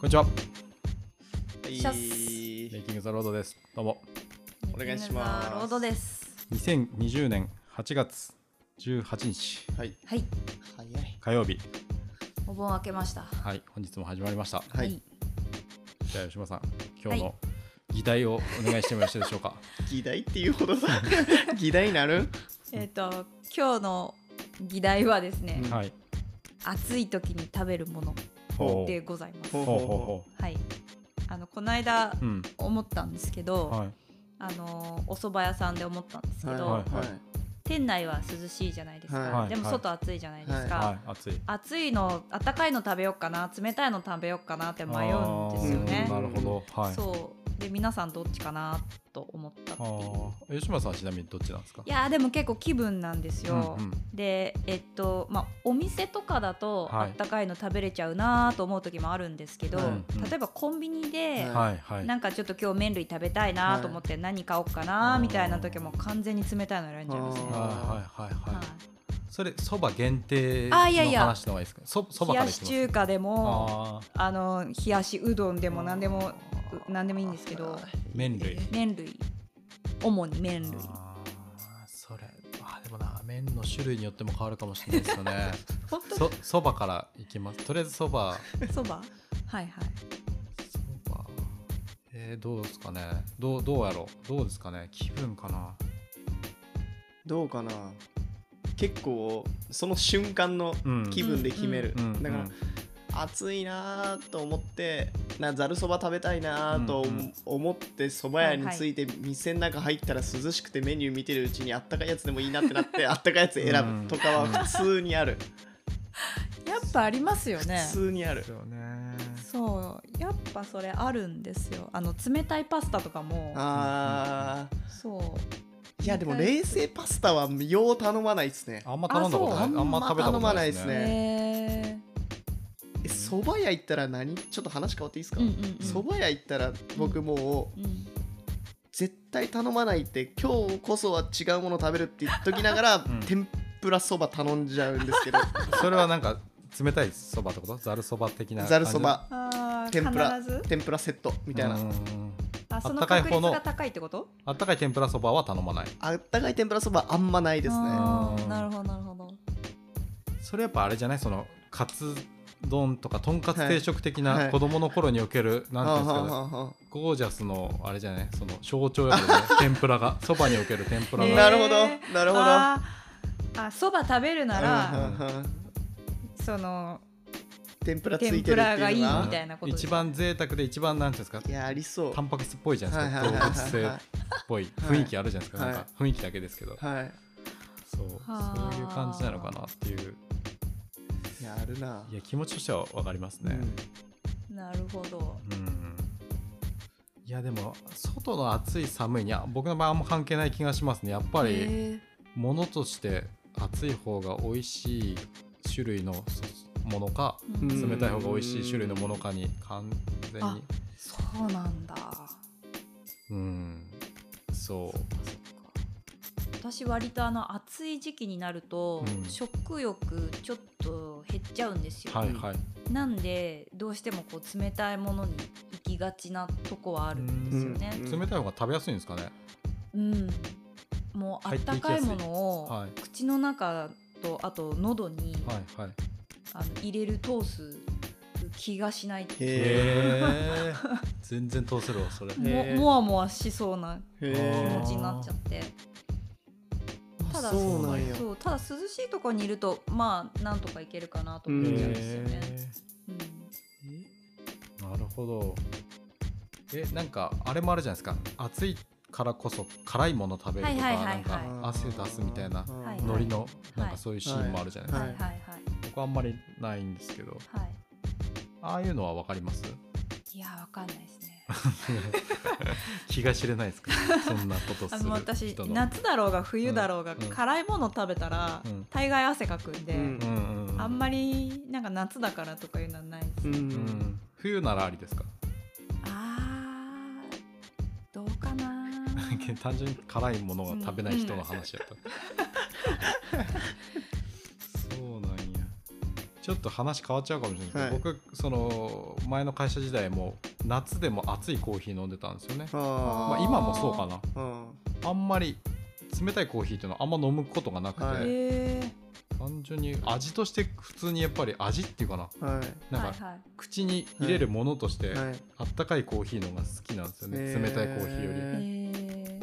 こんにちは。シャッスメイキングザロードです。どうも。お願いします。ロードです。 2020年8月18日はい。はい、早い。火曜日。お盆明けました。はい、本日も始まりました。はい。じゃあ吉村さん、今日の議題をお願いしてもよろしいでしょう か。議題っていうほどさ、議題になるえっ、と今日の議題はですね、うんはい。暑い時に食べるものほうでございます。ほほううほうほはい。あのこの間う。うん。思ったんですけど、はい。あのお蕎麦屋さんで思ったんですけど、はい店内は涼しいじゃないですか。はいでもはい外暑いじゃないですか。はい。暑い。暑いの暖かいの食べようかな冷たいの食べようかなって迷うんですよねあーなるほど。はい。そうで皆さんどっちかなと思ったっていうああ。吉村さんはちなみにどっちなんですか。いやーでも結構気分なんですうんよ、うん。でえっとまあお店とかだとあはいったかいの食べれちゃうなーと思う時もあるんですけど、うんうん例えばコンビニで、ははいはい。なんかちょっと今日麺類食べたいなーと思って何買おうかなあーーみたいな時も完全に冷たいの選んじゃいますはねい。はいはいははいい。それそば限定のあいやいや話の方がいいですか。そそばか冷らやいきします。中華でもああ。あの冷やしうどんでも何でもう何でもいいんですけど麺類。麺類主に麺類あーそれあーでもな麺の種類によっても変わるかもしれないですよ ね本当にそそばからいきますとりあえずそばそばはいはいそばえー、どうですかねどうどうやろうどうですかね気分かなどうかな結構、その瞬間のうん気分で決める。うんだから、暑いなーと思って、なざるそば食べたいなーとうん思って、そば屋について、店の中入ったら涼しくてメニュー見てるうちにあったかいやつでもいいなってなって、あったかいやつ選ぶとかは普通にある。やっぱありますよね普通にあるです。よねそうやっぱそれあるんですよあの冷たいパスタとかもあー。そういやでも冷製パスタはよう頼まないですねあんま頼んだことないあそうあんま食べたことないですえねあんま頼まないへえそば屋行ったら何ちょっと話変わっていいですかうんうんうんそば、屋行ったら僕もうーうん絶対頼まないって今日こそは違うもの食べるって言っときながら、ん天ぷらそば頼んじゃうんですけどそれは なんか冷たいそばってことざるそば的な感じざるそばあー天ぷら必ず天ぷらセットみたいな、うんうんあそあっのたかい確方率のが高いってことあったかい天ぷらそばは頼まないあったかい天ぷらそばあんまないですねあーうんなるほどなるほどそれやっぱあれじゃないそのカツ丼とかとんかつ定食的はいはない子供の頃における、なんていうんですかねゴージャスのあれじゃないその象徴やけどね天ぷら がそばにおける天ぷらあが、へーなるほどなるほどあーあそば食べるならうんうんうんその天ぷらつい天てるっていうのぷがらがいいみたいなことです一番贅沢で一番なんていうんですかいやありそうタンパク質っぽいじゃないですか、はいはいはいはい動物性っぽい雰囲気あるじゃないですか、はいなんか雰囲気だけですけど、はいそうはーそういう感じなのかなっていういやあるないや気持ちとしては分かりますねうんなるほどうん、いやでも外の暑い寒いには僕の場合あんま関係ない気がしますねやっぱり、へーものとして熱い方が美味しい種類のそものかううんん冷たい方が美味しい種類のものかに完全あにそうなんだうんそ私割とあの暑い時期になると、うん食欲ちょっと減っちゃうんですよ、うはいはいなんでどうしてもこう冷たいものに行きがちなとこはあるんですよねうん冷たい方が食べやすいんですかねうん、もうあ入っってたいきやかすいいものをはい口の中とあと喉に、はいはいあの入れる通す気がしないへへえ 全然通せるわそれもへーもわもわしそうなへ気え持ちになっちゃってただそうなんやそうただ涼しいとこにいるとまあなんとかいけるかなと思っちゃうんですよね。うんなるほどえなんかあれもあるじゃないですか暑いからこそ辛いもの食べるとか、はいはいはいはいなんか汗出すみたいなはい海苔のいなんかそういうシーンもあるじゃないですか、はいははいはい僕はあんまりないんですけどはい。ああいうのは分かりますいやわかんないですね。 気が知れないですかそんなことするあ人のの私夏だろうが冬だろうが、うん辛いもの食べたら、うん大概汗かくんで、うんうんうんあんまりなんか夏だからとかいうのはないです。うんうん冬ならありですかあーどうかな 単純に辛いものが食べない人 の話やった、そうなんやちちょっと話変わっちゃうかもしれないけど、はい僕その前の会社時代も夏でも熱いコーヒー飲んでたんですよね、まああ、今もそうかなーうんあんまり冷たいコーヒーっていうのはあんま飲むことがなくて、はいへえ単純に味として普通にやっぱり味っていうかなはなんか、はいはい口に入れるものとして、いはいあったかいコーヒーの方が好きなんですよね、へー冷たいコーヒーよりうへんえ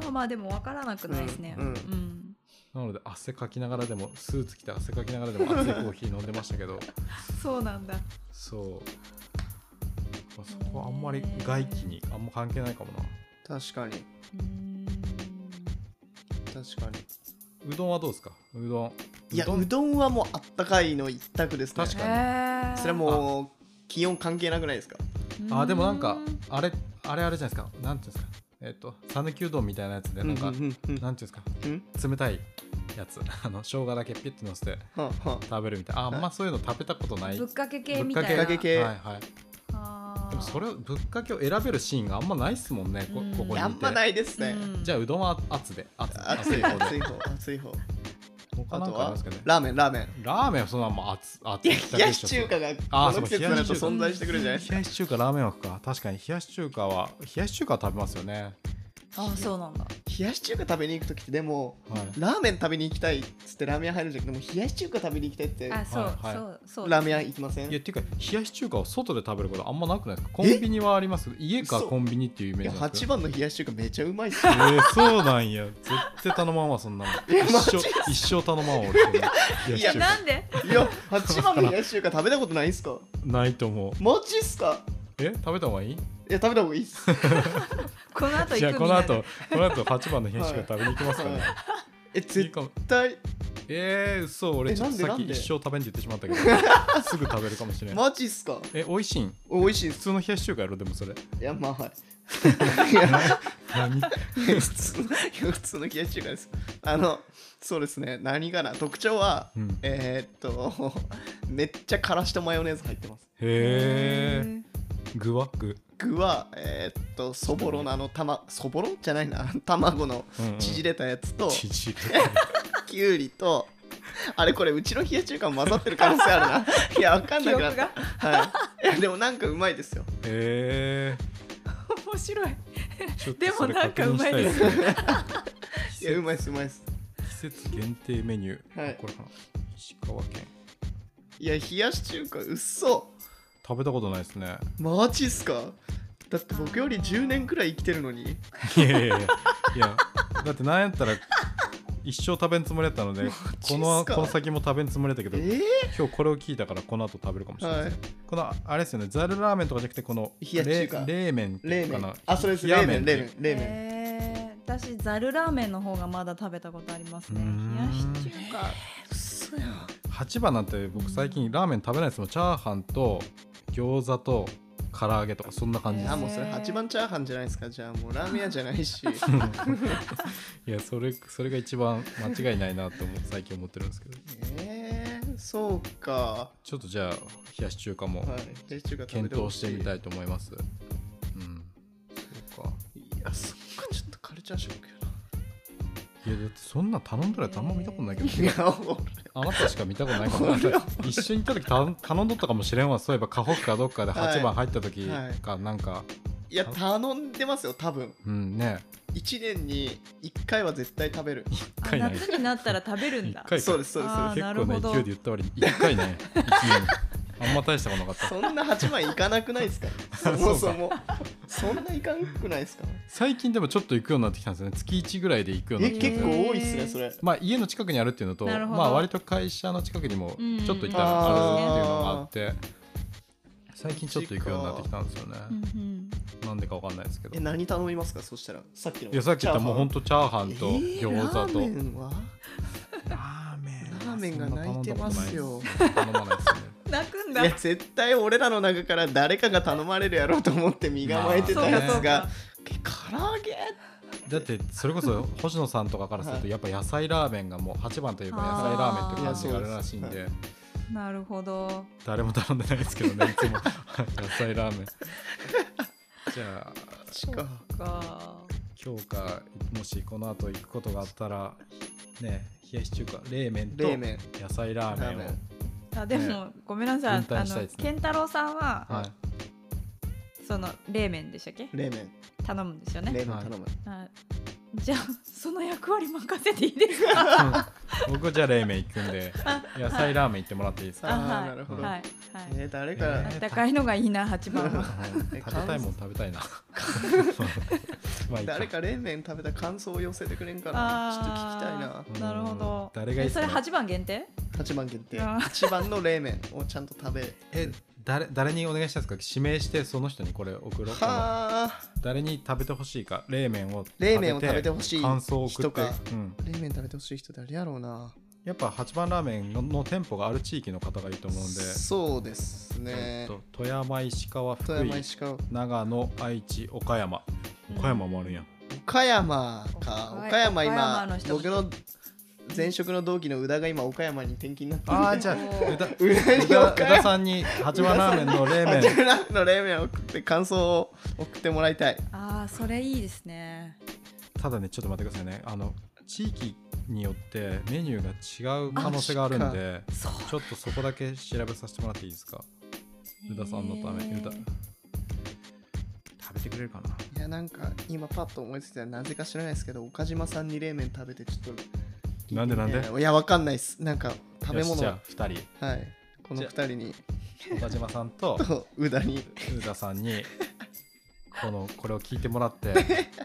まあまあでもわからなくないですねうんうんんなので汗かきながらでもスーツ着て汗かきながらで も熱いコーヒー飲んでましたけどそうなんだそうまあそこはあんまり外気にあんま関係ないかもな確かにうーん確かにうどんはどうですかうどんいやうどんうどんはもうあったかいの一択ですね確かにへえそれはもう気温関係なくないですかあでもなんかうーあれあれあれじゃないですかなんていうんですかえっ、と讃岐うどんみたいなやつでなんか、うんうんうんうんなんていうんですかうん冷たいやつ あの生姜だけピュッてのせてはあは食べるみたいなああんまそういうの食べたことないぶっかけ系みたいなぶっかけは系いはいあーでもそれをぶっかけを選べるシーンがあんまないっすもんね、こうんここあにいてあんまないですね、うんじゃあうどんは熱で熱で熱い方で熱い方熱い方他あなんとかありはますかねラーメンラーメンラーメンはそのまま熱熱いやい冷やし中華がこあーの季節になるとそう存在してくるじゃないです冷やし中華ラーメン枠か確かに冷やし中華は冷やし中華は食べますよねあそうなんだか冷やし中華食べに行く時ってでもはいラーメン食べに行きたいっつってラーメン屋入るじゃなくてもう冷やし中華食べに行きたいってあそうはいそうそうラーメン屋行きませんいやいっていうか冷やし中華を外で食べることあんまなくないですかコンビニはありますけど家か嘘コンビニっていうイメーやジなんです8けど番の冷やし中華めちゃうまいっすよえー、そうなんや絶対頼まんわそんなのえ一マジ生っす一生頼まんわ俺そんな冷やしいや中華なんでいや8番の冷やし中華食べたことないんすかないと思うマジっすかえ食べた方がいいいや食べた方がいいっすこの後じゃあ行くこみのたい後この後8番の冷やし中華食べに行きますかね、はいえいい絶かも対えー、嘘俺えちょっとさなっんきで一生食べんって言ってしまったけど すぐ食べるかもしれん、マジっすかえ美味しいんお美味しいっ普す通の冷やし中華やろでもそれいやまあはいいや何普通のいや普通の冷やし中華ですあのそうですね何かな特徴は、うんえー、っとめっちゃからしとマヨネーズ入ってますへえ具は具、具はえー、っとそぼろのあのたまそぼろじゃないな 卵のうんうん縮れたやつと、 縮きゅうりとあれこれうちの冷やし中華も混ざってる可能性あ るないやわかんなくなったはいいやでもなんかうま いですよれへえ面白いちょっとでもそれなんかうまいです確認したいいやねうまいですうまいです季節限定メニュー、はいこれかな石川県いや冷やし中華うっそ食べたことないですねマジっすかだって僕より10年くらい生きてるのにいやいやいやいやだってなんやったら一生食べんつもりやったのでこのっすかこの先も食べんつもりだけどえ今日これを聞いたからこの後食べるかもしれない、はいこのあれですよねザルラーメンとかじゃなくてこの冷やし中華れ冷麺ってい冷うかな麺あそれです冷冷麺っ麺てい冷う麺冷麺へー私ざるラーメンの方がまだ食べたことありますねうーん冷やし中華うっそやん8番なんて僕最近ラーメン食べないですもんチャーハンと餃子と唐揚げとかそんな感じであす、もうそれ8番チャーハンじゃないですかじゃあもうラーメン屋じゃな いしいやそれそれが一番間違いないなと思う最近思ってるんですけどえー、そうかちょっとじゃあ冷やし中華もはい冷やし中華食べ検てほ討ししいてみたいと思いますうんそうかいやそっかちょっとカルチャーショックやないやだってそんな頼んだらあんま見たことないけど いや俺あなたしか見たことないかも 一緒に行った時た頼んどったかもしれんわそういえば過保かどっかではい8番入った時はいかなんか、いや頼んでますよ多分うんね1年に1回は絶対食べる一あ回ない夏になったら食べるん一だ回そうですそうですそうあで結ーなる構ほねど勢いで言った割に1回ね一年あんま大したことなかっすたそんな8枚いかなくないですか そもそもそんないかんくないですか最近でもちょっと行くようになってきたんですよね月1ぐらいで行くようにえなってきたんです結よ構多いっすねそれまあ家の近くにあるっていうのとなるほどまあ割と会社の近くにもうんちょっと行ったらあるっていうのがあって最近ちょっと行くようになってきたんですよねうんうんなんでかわかんないですけどえ何頼みますかそしたらさっきのいやさっき言ったもうほん当とチャーハンと餃子と、ラーメンはラーメンラーメンが泣いてますよ頼まないですね泣くんいだや絶対俺らの中から誰かが頼まれるやろうと思って身構えてたやまあつが「唐揚げ!」だってそれこそ星野さんとかからするとやっぱ野菜ラーメンがもう8番といえば野菜ラーメンっていう感じがあるらしいんあーいでやなるほど誰も頼んでないですけどねいつも野菜ラーメンじゃあしかか今日かもしこの後行くことがあったらね冷やし中華冷麺と冷麺野菜ラーメンをラーメンあでも、ごめんなさい、分あ担したいのですね健太郎さんは、はいその冷麺でしたっけ冷麺頼むんですよ冷ね麺頼む、あじゃあその役割任せていいです かうん僕じゃあ冷麺行くんで野菜ラーメン行ってもらっていいですか、ああーなるほどはいはい、えー誰から、えあったかいのがいいな8番 はうん食べたいもん食べ たいなまあいい誰か冷麺食べた感想を寄せてくれんかなちょっと聞きたいなあーなるほどうん誰がいいえっすそかれね8番限定8番限定あー1番の冷麺をちゃんと食べえ誰誰にお願いしたんですか指名してその人にこれ送ろうかはあな誰に食べてほしいか冷麺を食べて冷麺を食べてほしい感想を送人ってか、うん、冷麺食べてほしい人誰やろうなやっぱ八番ラーメンのの店舗がある地域の方がいいと思うんで、そうですえねっと富山石川福富山井石川長野愛知岡山うん岡山もあるやん、岡山か岡山岡岡山今の人た僕ちの前職の同期の宇田が今岡山に転勤になってああ じゃおあー宇田宇田宇に田宇岡田山さんに八幡ラーメンの冷麺の冷麺を送って感想を送ってもらいたいああそれいいですねただねちょっと待ってくださいねあの地域によってメニューが違う可能性があるんでそうちょっとそこだけ調べさせてもらっていいですか宇田さんのためへー宇田食べてくれるかないやなんか今パッと思いついたらなぜか知らないですけど岡島さんに冷麺食べてちょっとなんでなんでいやわかんないっすなんか食べよし物じゃあは2人いこの二人に岡島さん とと宇田に宇田さんにこのこれを聞いてもらって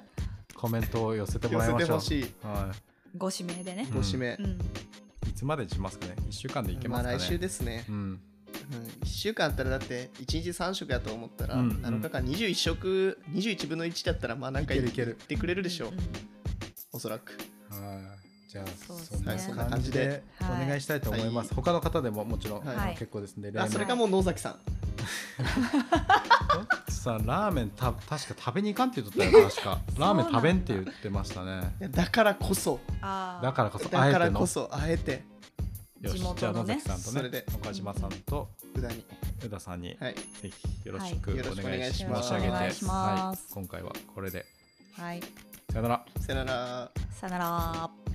コメントを寄せても寄らいせまてしょうほしいはご指名でねう、んご指名う、ん、い、いつまでにしますかね1週間でいけまますあかね、来週ですね、うんうん、1週間あったらだって1日3食やと思ったらうんうん7日間21食21分の1だったらまあ何回いけるいけるってくれるでしょううんうんおそらくはい、じゃあそそ,、うですんなね感じでおはい願いしたいと思います、はい他の方でももちろん、はいあの結構ですんで冷あ麺それかもう野崎さんさラーメンた確か食べに行かんって言っと ったよ確かラーメン食べんって言ってましたねいやだからこそああだからこそだあえからてのこそあえてよ地しじゃ元あの野ね崎さんとそれねで岡島さんと宇田に宇田さんに、はいぜひよろしくおはいよろしくお願願いいししま、ますす申し上げてお願いしますはい、今回はこれではいさよならさよならさよなら